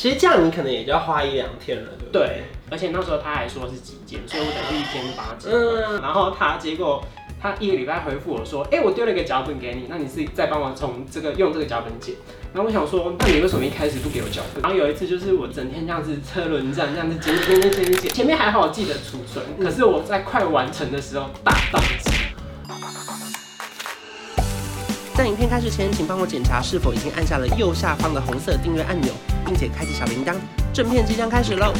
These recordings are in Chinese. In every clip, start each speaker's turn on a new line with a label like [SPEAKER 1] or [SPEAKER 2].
[SPEAKER 1] 其实这样你可能也就要花一两天了，对不
[SPEAKER 2] 对，而且那时候他还说是几件，所以我等于一天八件。
[SPEAKER 1] 嗯
[SPEAKER 2] 然后他结果他一个礼拜回复我说，哎、我丢了一个脚本给你，那你是再帮我从这个用这个脚本解。然后我想说，那你为什么一开始不给我脚本？然后啊有一次就是我整天这样子车轮战，这样子剪剪剪剪剪，前面还好我记得储存，可是我在快完成的时候大宕机。
[SPEAKER 1] 在影片开始前，请帮我检查是否已经按下了右下方的红色订阅按钮，并且开启小铃铛。正片即将开始喽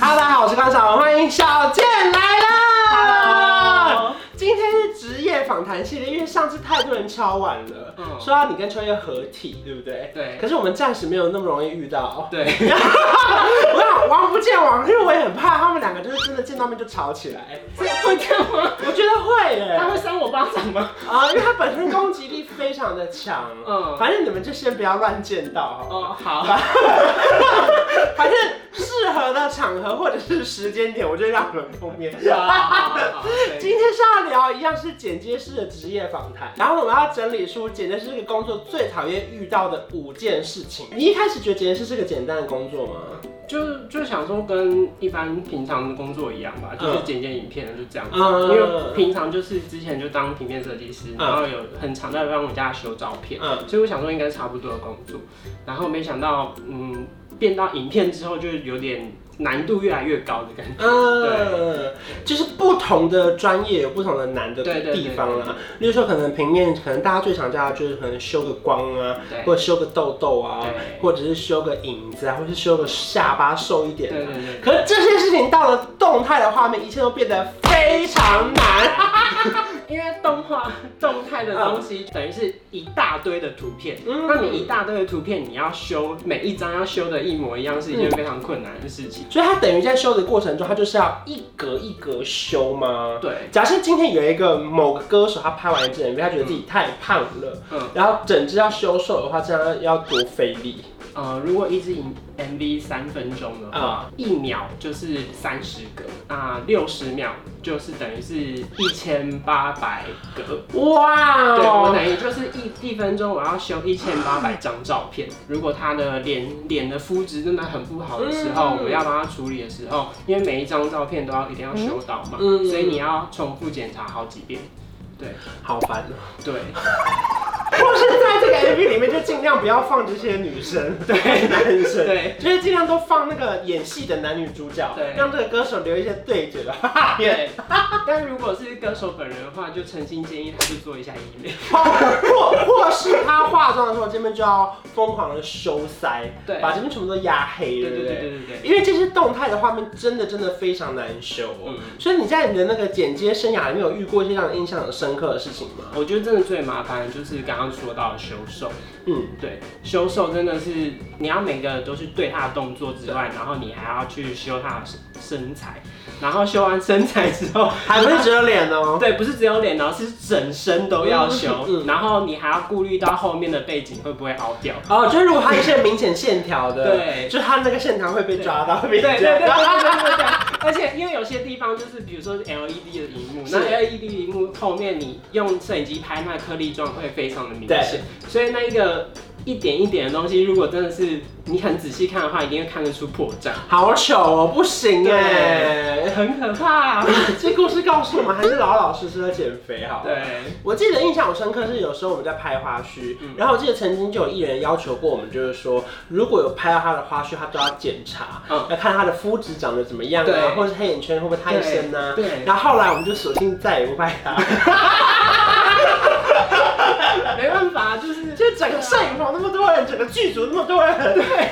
[SPEAKER 1] ！Hello，大家好，我是高小，欢迎小健来了。今天是职业访谈系列，因为上次太多人敲碗了，
[SPEAKER 2] 嗯
[SPEAKER 1] 说要你跟秋叶合体，对不对？
[SPEAKER 2] 对
[SPEAKER 1] 可是我们暂时没有那么容易遇到。
[SPEAKER 2] 对，
[SPEAKER 1] 我想王不见王，因为我也很怕他们两个就是真的见到面就吵起来。
[SPEAKER 2] 会干嘛？
[SPEAKER 1] 我觉得会耶，
[SPEAKER 2] 他会扇我巴掌吗？
[SPEAKER 1] 啊、因为他本身攻击力非常的强。
[SPEAKER 2] 嗯，
[SPEAKER 1] 反正你们就先不要乱见到好吗
[SPEAKER 2] 哦，好，
[SPEAKER 1] 反正适合的场合或者是时间点，我就让你们碰面。今
[SPEAKER 2] 对
[SPEAKER 1] 天是要聊一样是剪接师的职业访谈，然后我们要整理出剪接师这个工作最讨厌遇到的五件事情。你一开始觉得剪接师是个简单的工作吗？
[SPEAKER 2] 就就想说跟一般平常的工作一样吧，就是
[SPEAKER 1] 嗯
[SPEAKER 2] 剪剪影片啊就这样。因
[SPEAKER 1] 嗯，
[SPEAKER 2] 为平常就是之前就当平面设计师
[SPEAKER 1] 嗯，
[SPEAKER 2] 然后有很常在帮我家修照片，呃
[SPEAKER 1] 嗯
[SPEAKER 2] 所以我想说应该是差不多的工作。然后没想到，嗯，变到影片之后，就有点难度越来越高的感觉。
[SPEAKER 1] 嗯，就是不同的专业有不同的难的
[SPEAKER 2] 对对
[SPEAKER 1] 地方
[SPEAKER 2] 对
[SPEAKER 1] 啦。例如说，可能平面，可能大家最常叫的就是可能修个光啊，
[SPEAKER 2] 对
[SPEAKER 1] 或者修个痘痘啊
[SPEAKER 2] 对，
[SPEAKER 1] 或者是修个影子啊，或是修个下巴瘦一
[SPEAKER 2] 对
[SPEAKER 1] 点
[SPEAKER 2] 对
[SPEAKER 1] 啊。
[SPEAKER 2] 对。
[SPEAKER 1] 可是这些事情到了动态的画面，一切都变得非常难。
[SPEAKER 2] 因为动画动态的东西等于是一大堆的图片，
[SPEAKER 1] 嗯
[SPEAKER 2] 那你一大堆的图片，你要修每一张要修的一模一样，是一件非常困难的事情。
[SPEAKER 1] 所以它等于在修的过程中，它就是要一格一格修吗？
[SPEAKER 2] 对，
[SPEAKER 1] 假设今天有一个某个歌手，他拍完一支 MV，他觉得自己太胖了，
[SPEAKER 2] 嗯
[SPEAKER 1] 然后整支要修瘦的话，这样要多费力
[SPEAKER 2] 呃，如果一支影 MV 三分钟的话，
[SPEAKER 1] 啊！
[SPEAKER 2] 一秒就是三十格，那六十秒就是等于是一千八百格。
[SPEAKER 1] 哇
[SPEAKER 2] 对，我
[SPEAKER 1] 哦，
[SPEAKER 2] 等于就是一一分钟我要修一千八百张照片。如果他的脸脸的肤质真的很不好的时候，
[SPEAKER 1] 嗯
[SPEAKER 2] 我要帮他处理的时候，因为每一张照片都要一定要修到嘛，
[SPEAKER 1] 嗯
[SPEAKER 2] 所以你要重复检查好几遍。
[SPEAKER 1] 好烦哦！
[SPEAKER 2] 对
[SPEAKER 1] 或是在这个 MV 里面，就尽量不要放这些女生， 对男生。
[SPEAKER 2] 对
[SPEAKER 1] 就是尽量都放那个演戏的男女主角，
[SPEAKER 2] 对
[SPEAKER 1] 让这个歌手留一些对决的画面。
[SPEAKER 2] 对， 但如果是歌手本人的话，就诚心建议他去做一下医美。
[SPEAKER 1] 或或或是他化妆的时候，这边就要疯狂的修腮，
[SPEAKER 2] 对
[SPEAKER 1] 把这边全部都压黑，对
[SPEAKER 2] 对对
[SPEAKER 1] 不
[SPEAKER 2] 对
[SPEAKER 1] 对？
[SPEAKER 2] 对对对。
[SPEAKER 1] 因为这些动态的画面真的真的非常难修哦、
[SPEAKER 2] 嗯
[SPEAKER 1] 所以你在你的那个剪接生涯里面有遇过一些让你印象很深刻的事情吗？
[SPEAKER 2] 我觉得真的最麻烦的就是刚刚说到的修手，
[SPEAKER 1] 嗯，
[SPEAKER 2] 对，修手真的是你要每个都是对他的动作之外，然后你还要去修他的身身材，然后修完身材之 后，
[SPEAKER 1] 还不是只有脸哦、
[SPEAKER 2] 对，不是只有脸，然后是整身都要修，
[SPEAKER 1] 嗯嗯
[SPEAKER 2] 然后你还要顾虑到后面的背景会不会凹掉。
[SPEAKER 1] 哦，就是如果他有一些明显线条的，
[SPEAKER 2] 对
[SPEAKER 1] 哎就是他那个线条会被抓到，会被
[SPEAKER 2] 对对对
[SPEAKER 1] 抓
[SPEAKER 2] 对对
[SPEAKER 1] 到。
[SPEAKER 2] 对对，而且因为有些地方就是，比如说是 LED 的荧幕，
[SPEAKER 1] 是
[SPEAKER 2] 那 LED 荧幕后面你用摄影机拍，那颗粒状会非常的明显，所以那一个一点一点的东西，如果真的是你很仔细看的话，一定会看得出破绽，
[SPEAKER 1] 好糗哦、不行哎、
[SPEAKER 2] 很可怕、
[SPEAKER 1] 这故事告诉我们，还是老老实实的减肥好。。
[SPEAKER 2] 对，
[SPEAKER 1] 我记得印象我深刻是有时候我们在拍花絮，
[SPEAKER 2] 嗯
[SPEAKER 1] 然后我记得曾经就有艺人要求过我们，就是说如果有拍到他的花絮，他都要检查，
[SPEAKER 2] 嗯
[SPEAKER 1] 要看他的肤质长得怎么样啊
[SPEAKER 2] 对，
[SPEAKER 1] 或者是黑眼圈会不会太深呐、啊。
[SPEAKER 2] 对，
[SPEAKER 1] 然后后来我们就索性再也不拍他，
[SPEAKER 2] 没办法，就是
[SPEAKER 1] 就整个摄影棚那么多人，整个剧组那么多人，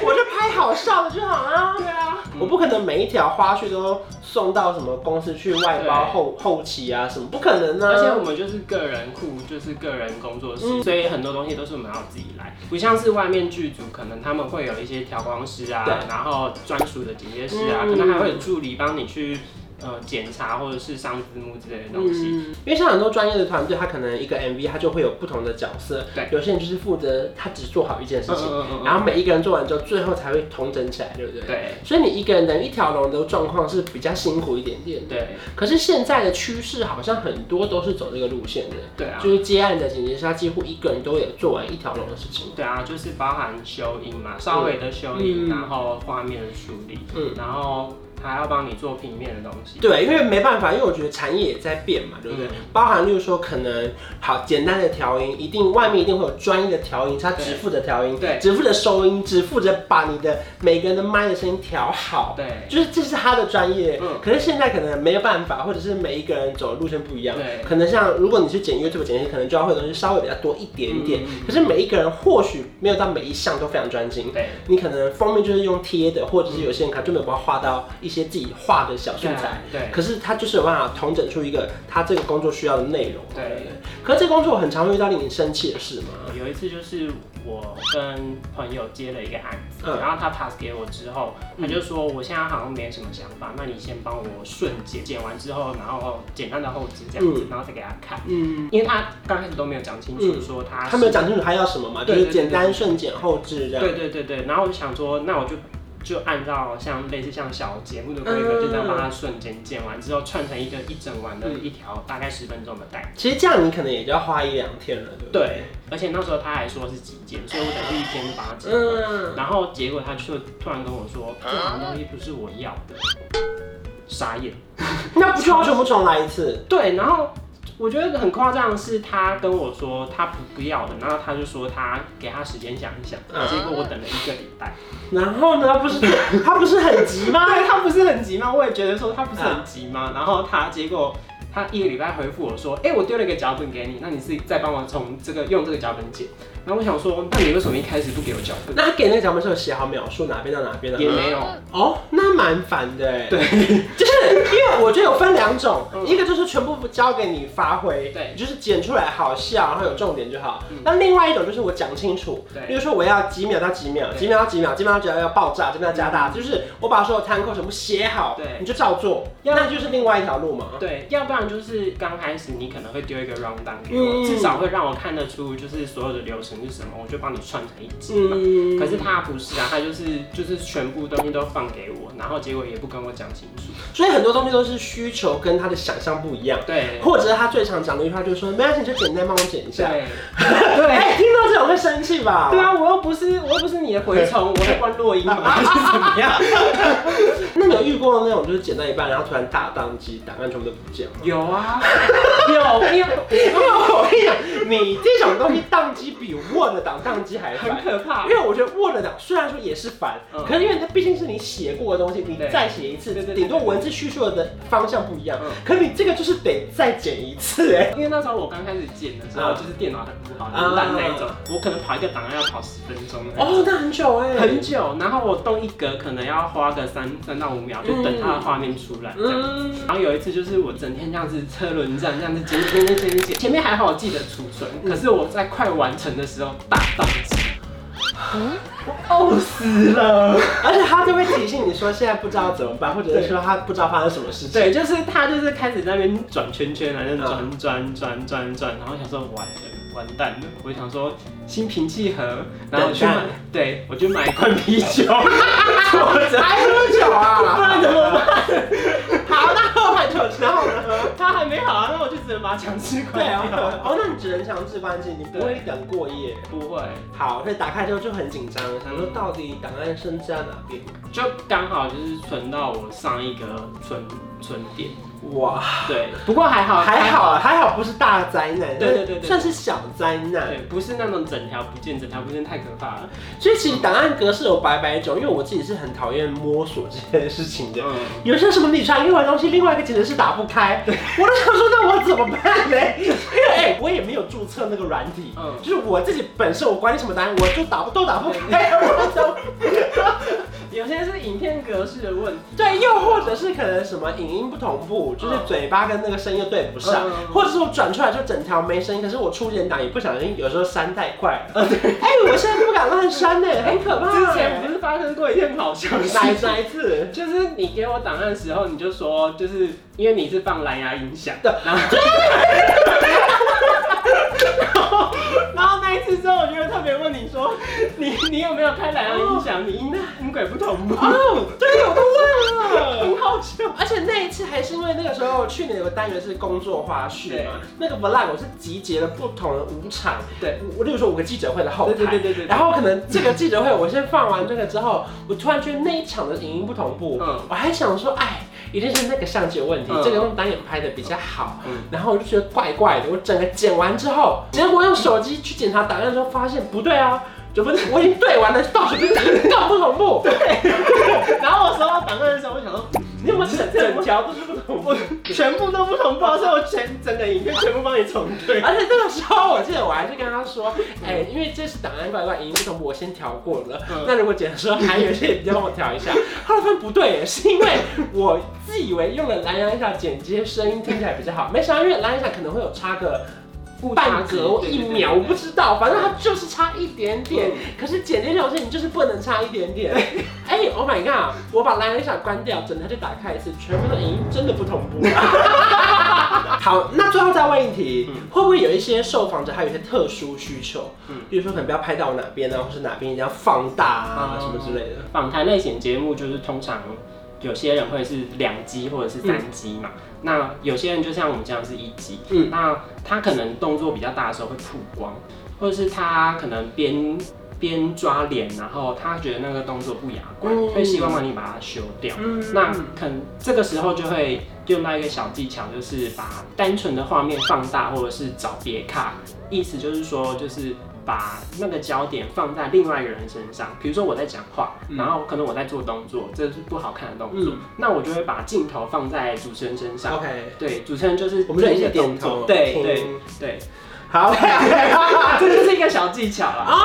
[SPEAKER 1] 我就拍好笑的就好啦、
[SPEAKER 2] 对啊，
[SPEAKER 1] 我不可能每一条花絮都送到什么公司去外包
[SPEAKER 2] 对
[SPEAKER 1] 后后期啊，什么不可能呢、
[SPEAKER 2] 而且
[SPEAKER 1] 啊？
[SPEAKER 2] 我们就是个人库，就是个人工作室，
[SPEAKER 1] 嗯
[SPEAKER 2] 所以很多东西都是我们要自己来，不像是外面剧组，可能他们会有一些调光师啊
[SPEAKER 1] 对，
[SPEAKER 2] 然后专属的剪接师啊，
[SPEAKER 1] 嗯
[SPEAKER 2] 可能还会有助理帮你去。呃检查或者是上字幕之类的东西。
[SPEAKER 1] 嗯，因为像很多专业的团队，他可能一个 MV 他就会有不同的角色，
[SPEAKER 2] 对
[SPEAKER 1] 有些人就是负责他只做好一件事情，
[SPEAKER 2] 嗯嗯嗯
[SPEAKER 1] 然后每一个人做完之后，最后才会统整起来，对不对？。
[SPEAKER 2] 对
[SPEAKER 1] 所以你一个人等一条龙的状况是比较辛苦一点点的。
[SPEAKER 2] 对
[SPEAKER 1] 可是现在的趋势好像很多都是走这个路线的，
[SPEAKER 2] 对啊，
[SPEAKER 1] 就是接案的剪辑师，他几乎一个人都有做完一条龙的事情。
[SPEAKER 2] 对啊，就是包含修音嘛，稍微的修
[SPEAKER 1] 嗯
[SPEAKER 2] 音，然后画面的梳理，
[SPEAKER 1] 嗯
[SPEAKER 2] 然后还要帮你做平面的东西。
[SPEAKER 1] 对，因为没办法，因为我觉得产业也在变嘛，对不对？
[SPEAKER 2] 嗯
[SPEAKER 1] 包含例如说，可能好简单的调音，一定外面一定会有专业的调音，他只负责调音，
[SPEAKER 2] 对
[SPEAKER 1] 只负责收音，只负责把你的每个人的麦的声音调好，
[SPEAKER 2] 对
[SPEAKER 1] 就是这是他的专业。
[SPEAKER 2] 嗯
[SPEAKER 1] 可是现在可能没有办法，或者是每一个人走的路线不一样，
[SPEAKER 2] 对
[SPEAKER 1] 可能像如果你是剪 YouTube 剪辑，可能就要会的东西稍微比较多一点点。
[SPEAKER 2] 嗯嗯嗯
[SPEAKER 1] 可是每一个人或许没有到每一项都非常专精，
[SPEAKER 2] 对
[SPEAKER 1] 你可能封面就是用贴的，或者是有些人可能就没有办法画到一些自己画的小素材。
[SPEAKER 2] 对
[SPEAKER 1] 可是他就是有办法统整出一个他这个工作需要的内容。
[SPEAKER 2] 对
[SPEAKER 1] 可是这个工作我很常会遇到令你生气的事嘛。
[SPEAKER 2] 有一次就是我跟朋友接了一个案子，
[SPEAKER 1] 嗯
[SPEAKER 2] 然后他 pass 给我之后，他就说我现在好像没什么想法，那你先帮我顺剪，剪完之后，然后简单的后置这样子，然后再给他看。
[SPEAKER 1] 嗯，
[SPEAKER 2] 因为他刚开始都没有讲清楚
[SPEAKER 1] 嗯
[SPEAKER 2] 说他是
[SPEAKER 1] 他没有讲清楚他要什么嘛，就
[SPEAKER 2] 啊对
[SPEAKER 1] 是
[SPEAKER 2] 对对
[SPEAKER 1] 简单
[SPEAKER 2] 对
[SPEAKER 1] 顺剪后置这样。
[SPEAKER 2] 对对对对，然后我就想说，那我就就按照像类似像小节目的规格，
[SPEAKER 1] 嗯
[SPEAKER 2] 就这样帮他瞬间剪完之后，串成一个一整晚的
[SPEAKER 1] 嗯
[SPEAKER 2] 一条大概十分钟的带。
[SPEAKER 1] 其实这样你可能也就要花一两天了，对不对？
[SPEAKER 2] 对，而且那时候他还说是极简，所以我等于一天就把它剪完。
[SPEAKER 1] 嗯，
[SPEAKER 2] 然后结果他就突然跟我说，这种东西不是我要的，傻眼。
[SPEAKER 1] 那不就要全部重来一次？
[SPEAKER 2] 对，然后我觉得很夸张的是，他跟我说他不不要了，然后他就说他给他时间想一想，
[SPEAKER 1] 嗯
[SPEAKER 2] 结果我等了一个礼拜。
[SPEAKER 1] 然后呢，不是 他不是很急吗？
[SPEAKER 2] 对他不是很急吗？我也觉得说他不是很急吗？然后他结果他一个礼拜回复我说，哎、我丢了一个脚本给你，那你是再帮我从这个用这个脚本解。然后我想说，那你为什么一开始不给我脚本？
[SPEAKER 1] 那他给那个脚本是有写好描述哪边到哪边的吗
[SPEAKER 2] 也没有，
[SPEAKER 1] 哦，那蛮烦的哎。
[SPEAKER 2] 对，
[SPEAKER 1] 就是因为我觉得有分两种，
[SPEAKER 2] 嗯
[SPEAKER 1] 一个就是全部交给你发挥，
[SPEAKER 2] 对
[SPEAKER 1] 就是剪出来好笑，然后有重点就好
[SPEAKER 2] 嗯。
[SPEAKER 1] 那另外一种就是我讲清楚，
[SPEAKER 2] 对
[SPEAKER 1] 比如说我要几秒到几秒，
[SPEAKER 2] 对嗯
[SPEAKER 1] 几秒到几秒，几秒到几秒要爆炸，几秒到加大，就是我把所有摊扣全部写好，
[SPEAKER 2] 对
[SPEAKER 1] 你就照做，那就是另外一条路嘛。
[SPEAKER 2] 对，要不然就是刚开始你可能会丢一个 round down 给
[SPEAKER 1] 嗯
[SPEAKER 2] 我，至少会让我看得出就是所有的流程是什么，我就帮你串成一集嘛。
[SPEAKER 1] 嗯
[SPEAKER 2] 可是他不是啊，他就是就是全部东西都放给我，然后结果也不跟我讲清楚。
[SPEAKER 1] 所以很多东西都是需求跟他的想象不一样，
[SPEAKER 2] 对，
[SPEAKER 1] 或者是他最常讲的一句话就是说，没关系，你就简单帮我剪一下。
[SPEAKER 2] 对，对。
[SPEAKER 1] 哎，听到这种会生气吧？
[SPEAKER 2] 对啊，我又不是我又不是你的 蛔虫，我会关落音嘛，还是
[SPEAKER 1] 啊
[SPEAKER 2] 怎么样？
[SPEAKER 1] 那你有遇过那种就是剪到一半，然后突然大宕机，档案全部都不见吗？
[SPEAKER 2] 有啊，有，因为
[SPEAKER 1] 因为我跟你讲，你这种东西宕机比 Word 档宕机还
[SPEAKER 2] 很
[SPEAKER 1] 烦。
[SPEAKER 2] 可 怕
[SPEAKER 1] 因。为我觉得 Word 档虽然说也是烦，
[SPEAKER 2] 嗯
[SPEAKER 1] 可是因为它毕竟是你写过的东西，你
[SPEAKER 2] 对
[SPEAKER 1] 再写一次
[SPEAKER 2] 对对，对
[SPEAKER 1] 顶多文字叙述的方向不一样
[SPEAKER 2] 嗯。
[SPEAKER 1] 可你这个就是得再剪一次哎。
[SPEAKER 2] 因为那时候我刚开始剪的时候，
[SPEAKER 1] 嗯
[SPEAKER 2] 就是电脑很不好，
[SPEAKER 1] 嗯
[SPEAKER 2] 很烂那一种，我可能跑一个档案要跑十分钟那
[SPEAKER 1] 哦
[SPEAKER 2] 种，，
[SPEAKER 1] 那很久哎，
[SPEAKER 2] 很久。然后我动一格可能要花个三三到五秒，就等它的画面出来这样。
[SPEAKER 1] 嗯，
[SPEAKER 2] 然后有一次就是我整天这样子车轮战这样子剪剪剪剪剪剪，前面还好我记得储存，可是我在快完成的时候大宕机，
[SPEAKER 1] 呕哦死了。而且他就会提醒你说现在不知道怎么办，或者是
[SPEAKER 2] 对
[SPEAKER 1] 说他不知道发生什么事情。
[SPEAKER 2] 对，就是他就是开始在那边转圈圈啊，然后转转转转转，然后想说完了完蛋了，我想说心平气和，然后我去
[SPEAKER 1] 等
[SPEAKER 2] 买
[SPEAKER 1] 待，
[SPEAKER 2] 对我去买一罐 啤酒，坐着，
[SPEAKER 1] 还喝酒 啊？
[SPEAKER 2] 不然怎么办？
[SPEAKER 1] 好，那喝完酒之后呢？
[SPEAKER 2] 他还没好啊，那我就只能把强制
[SPEAKER 1] 对
[SPEAKER 2] 关
[SPEAKER 1] 啊，
[SPEAKER 2] 掉。
[SPEAKER 1] 哦，那你只能强制关机，你不会等过夜。
[SPEAKER 2] 不会，
[SPEAKER 1] 好，所以打开之后就很紧张，想说到底档案升至在哪边？
[SPEAKER 2] 就刚好就是存到我上一个存存点，
[SPEAKER 1] 哇，
[SPEAKER 2] 对，不过嗯还好，
[SPEAKER 1] 还好啊，还好不是大灾难，
[SPEAKER 2] 对对对对
[SPEAKER 1] 算是小灾难
[SPEAKER 2] 对。，不是那种整条不见，整条不见太可怕了。
[SPEAKER 1] 所以其实档案格式有百百种，因为我自己是很讨厌摸索这件事情的。
[SPEAKER 2] 嗯，
[SPEAKER 1] 有些什么你传给我的东西，另外一个简直是打不开，我都想说那我怎么办呢？因为哎、我也没有注册那个软体，
[SPEAKER 2] 嗯
[SPEAKER 1] 就是我自己本身我管理什么档案，我就打不都打不开，我都
[SPEAKER 2] 有些是影片格式的问题，
[SPEAKER 1] 对，又或者是可能什么影音不同步，就是
[SPEAKER 2] 嗯
[SPEAKER 1] 嘴巴跟那个声音又对不上，
[SPEAKER 2] 嗯嗯嗯
[SPEAKER 1] 或者是我转出来就整条没声音，可是我出剪档也不小心，有时候删太快 了。哎、我现在不敢乱删呢、很可怕、
[SPEAKER 2] 之前不是发生欸过一件好笑的事
[SPEAKER 1] 哪
[SPEAKER 2] 情
[SPEAKER 1] 一？哪一次？
[SPEAKER 2] 就是你给我档案的时候，你就说，就是因为你是放蓝牙音响，
[SPEAKER 1] 对
[SPEAKER 2] 然后，然后 那一次之后，我就特别问你说，你你有没有开蓝牙音响？你音音轨不同步，
[SPEAKER 1] 哦，对，我都忘了。
[SPEAKER 2] 很 好笑。
[SPEAKER 1] 而且那一次还是因为那个时候，去年有个单元是工作花絮嘛，那个 vlog 我是集结了不同的五场，
[SPEAKER 2] 对，
[SPEAKER 1] 我例如说五个记者会的后台，
[SPEAKER 2] 对对对对对
[SPEAKER 1] 然后可能这个记者会我先放完这个之后，我突然觉得那一场的影音不同步，
[SPEAKER 2] 嗯
[SPEAKER 1] 我还想说，哎，一定是那个相机有问题，
[SPEAKER 2] 嗯
[SPEAKER 1] 这个用单眼拍的比较好，
[SPEAKER 2] 嗯
[SPEAKER 1] 然后我就觉得怪怪的，我整个剪完之后，结果用手机去检查档案的时候发现不对啊。怎么我已经对完了，倒数第一更不同步。
[SPEAKER 2] 然后我收到档案的时候，我想说，
[SPEAKER 1] 你有没有整整条都是不同步？
[SPEAKER 2] 我全部都不同步，所以我全整个影片全部帮你重对。嗯
[SPEAKER 1] 而且那个时候，我记得我还是跟他说，哎、因为这是档案怪怪，影音不同步，我先调过了。
[SPEAKER 2] 嗯
[SPEAKER 1] 那如果剪的时候还有一些，你就帮我调一 下。后来发现不对，是因为我自以为用了蓝牙音响剪接，声音听起来比较好，没想到因为蓝牙音响可能会有差个。半格一秒，我不知道，反正它就是差一点点。可是剪接这种事情就是不能差一点点。 哎、o h my god！我把蓝牙音响关掉，整台就打开一次，全部的影音真的不同步。 好，那最后再问一题，
[SPEAKER 2] 嗯
[SPEAKER 1] 会不会有一些受访者他有一些特殊需求？
[SPEAKER 2] 嗯
[SPEAKER 1] 比如说可能不要拍到我哪边啊，或是哪边一定要放大啊、
[SPEAKER 2] 哦
[SPEAKER 1] 什么之类的。
[SPEAKER 2] 访谈类型节目就是通常有些人会是两机或者是三机嘛，那有些人就像我们这样是一机，
[SPEAKER 1] 嗯
[SPEAKER 2] 那他可能动作比较大的时候会曝光，或者是他可能边边抓脸，然后他觉得那个动作不雅观，
[SPEAKER 1] 嗯
[SPEAKER 2] 会希望帮你把它修掉。
[SPEAKER 1] 嗯
[SPEAKER 2] 那可能这个时候就会用到一个小技巧，就是把单纯的画面放大，或者是找别卡。意思就是说，就是把那个焦点放在另外一个人身上。比如说我在讲话，
[SPEAKER 1] 嗯
[SPEAKER 2] 然后可能我在做动作，这是不好看的动作，
[SPEAKER 1] 嗯
[SPEAKER 2] 那我就会把镜头放在主持人身上。
[SPEAKER 1] OK，
[SPEAKER 2] 对，主持人就是
[SPEAKER 1] 哦我们就
[SPEAKER 2] 做
[SPEAKER 1] 一
[SPEAKER 2] 一些
[SPEAKER 1] 起点
[SPEAKER 2] 动
[SPEAKER 1] 头
[SPEAKER 2] 作，。对
[SPEAKER 1] 听
[SPEAKER 2] 对，对， 啊
[SPEAKER 1] 好。
[SPEAKER 2] 这就是一个小技巧啦。
[SPEAKER 1] 啊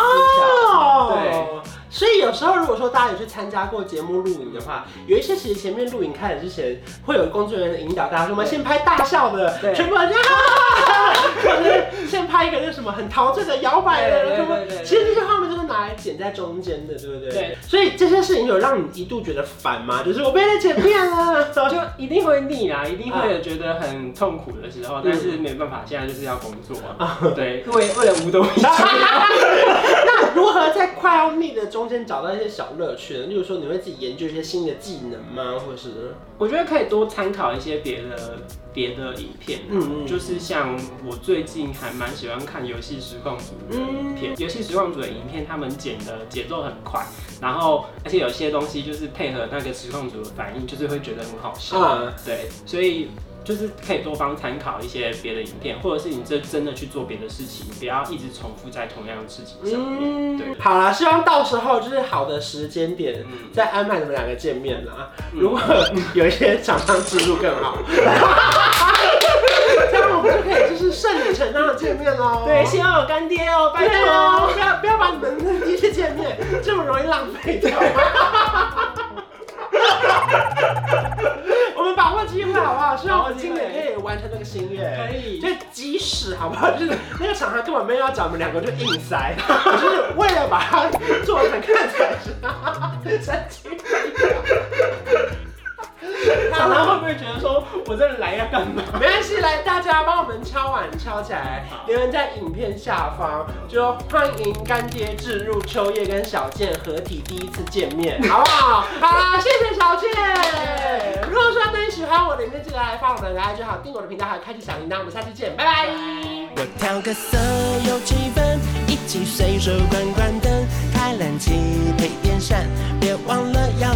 [SPEAKER 1] 哦，所以有时候如果说大家有去参加过节目录影的话，有一些其实前面录影开始之前，会有工作人员引导大家说，我们
[SPEAKER 2] 对
[SPEAKER 1] 先拍大笑的，
[SPEAKER 2] 对
[SPEAKER 1] 全部人就哈哈哈哈，或者是先拍一个那什么很陶醉的摇摆的，
[SPEAKER 2] 对对
[SPEAKER 1] 什么
[SPEAKER 2] 对对，对
[SPEAKER 1] 其实这些画面就是拿来剪在中间的，对不对？
[SPEAKER 2] 对。
[SPEAKER 1] 所以这些事情有让你一度觉得烦吗？就是我被人剪片了，
[SPEAKER 2] 就一定会腻啦，一定会有觉得很痛苦的
[SPEAKER 1] 嗯
[SPEAKER 2] 时候，但是没办法，现在就是要工作啊。对，为为了五 斗米折腰。
[SPEAKER 1] 那如何在快要腻的中间找到一些小乐趣呢？例如说，你会自己研究一些新的技能吗？或者是
[SPEAKER 2] 我觉得可以多参考一些别的别的影片啊，
[SPEAKER 1] 嗯嗯
[SPEAKER 2] 就是像我最近还蛮喜欢看游戏实况组的影
[SPEAKER 1] 嗯
[SPEAKER 2] 片，游戏实况组的影片他们剪的节奏很快，然后而且有些东西就是配合那个实况组的反应，就是会觉得很好笑。
[SPEAKER 1] 啊，
[SPEAKER 2] 对，所以就是可以多方参考一些别的影片，或者是你这真的去做别的事情，不要一直重复在同样的事情上面。
[SPEAKER 1] 嗯，
[SPEAKER 2] 对
[SPEAKER 1] 好啦，希望到时候就是好的时间点
[SPEAKER 2] 嗯
[SPEAKER 1] 再安排你们两个见面啦。
[SPEAKER 2] 嗯
[SPEAKER 1] 如果有一些厂商植入更 好，这样我们就可以就是顺理成章的见面喽。
[SPEAKER 2] 对，希望有干爹哦、拜
[SPEAKER 1] 对
[SPEAKER 2] 托
[SPEAKER 1] 哦，
[SPEAKER 2] 哦。
[SPEAKER 1] 不要不要把你们的第一次见 面这么容易浪费掉。我们把握机会好不好？希望我们今年可以完成这个心愿。
[SPEAKER 2] 可以
[SPEAKER 1] 就即使好不好？就是那个厂商根本没有要找我们两个，就硬 塞，就是为了把它做成看起来是神经病。 好
[SPEAKER 2] 厂
[SPEAKER 1] 了
[SPEAKER 2] 商会不会觉得说我这来要干嘛？
[SPEAKER 1] 没关系，来大家帮我们敲碗敲起来，留言在影片下方，就欢迎干爹置入秋叶跟小健合体第一次见 面，好不好？好啦，谢谢小 健。如果说你喜欢我的影片，记得来 follow 我的 i 就好，订我的频道，还有开启小铃铛，我们下期见，拜拜
[SPEAKER 3] 我调个色有气氛，一起随手关关灯，开冷气配电扇，别忘了要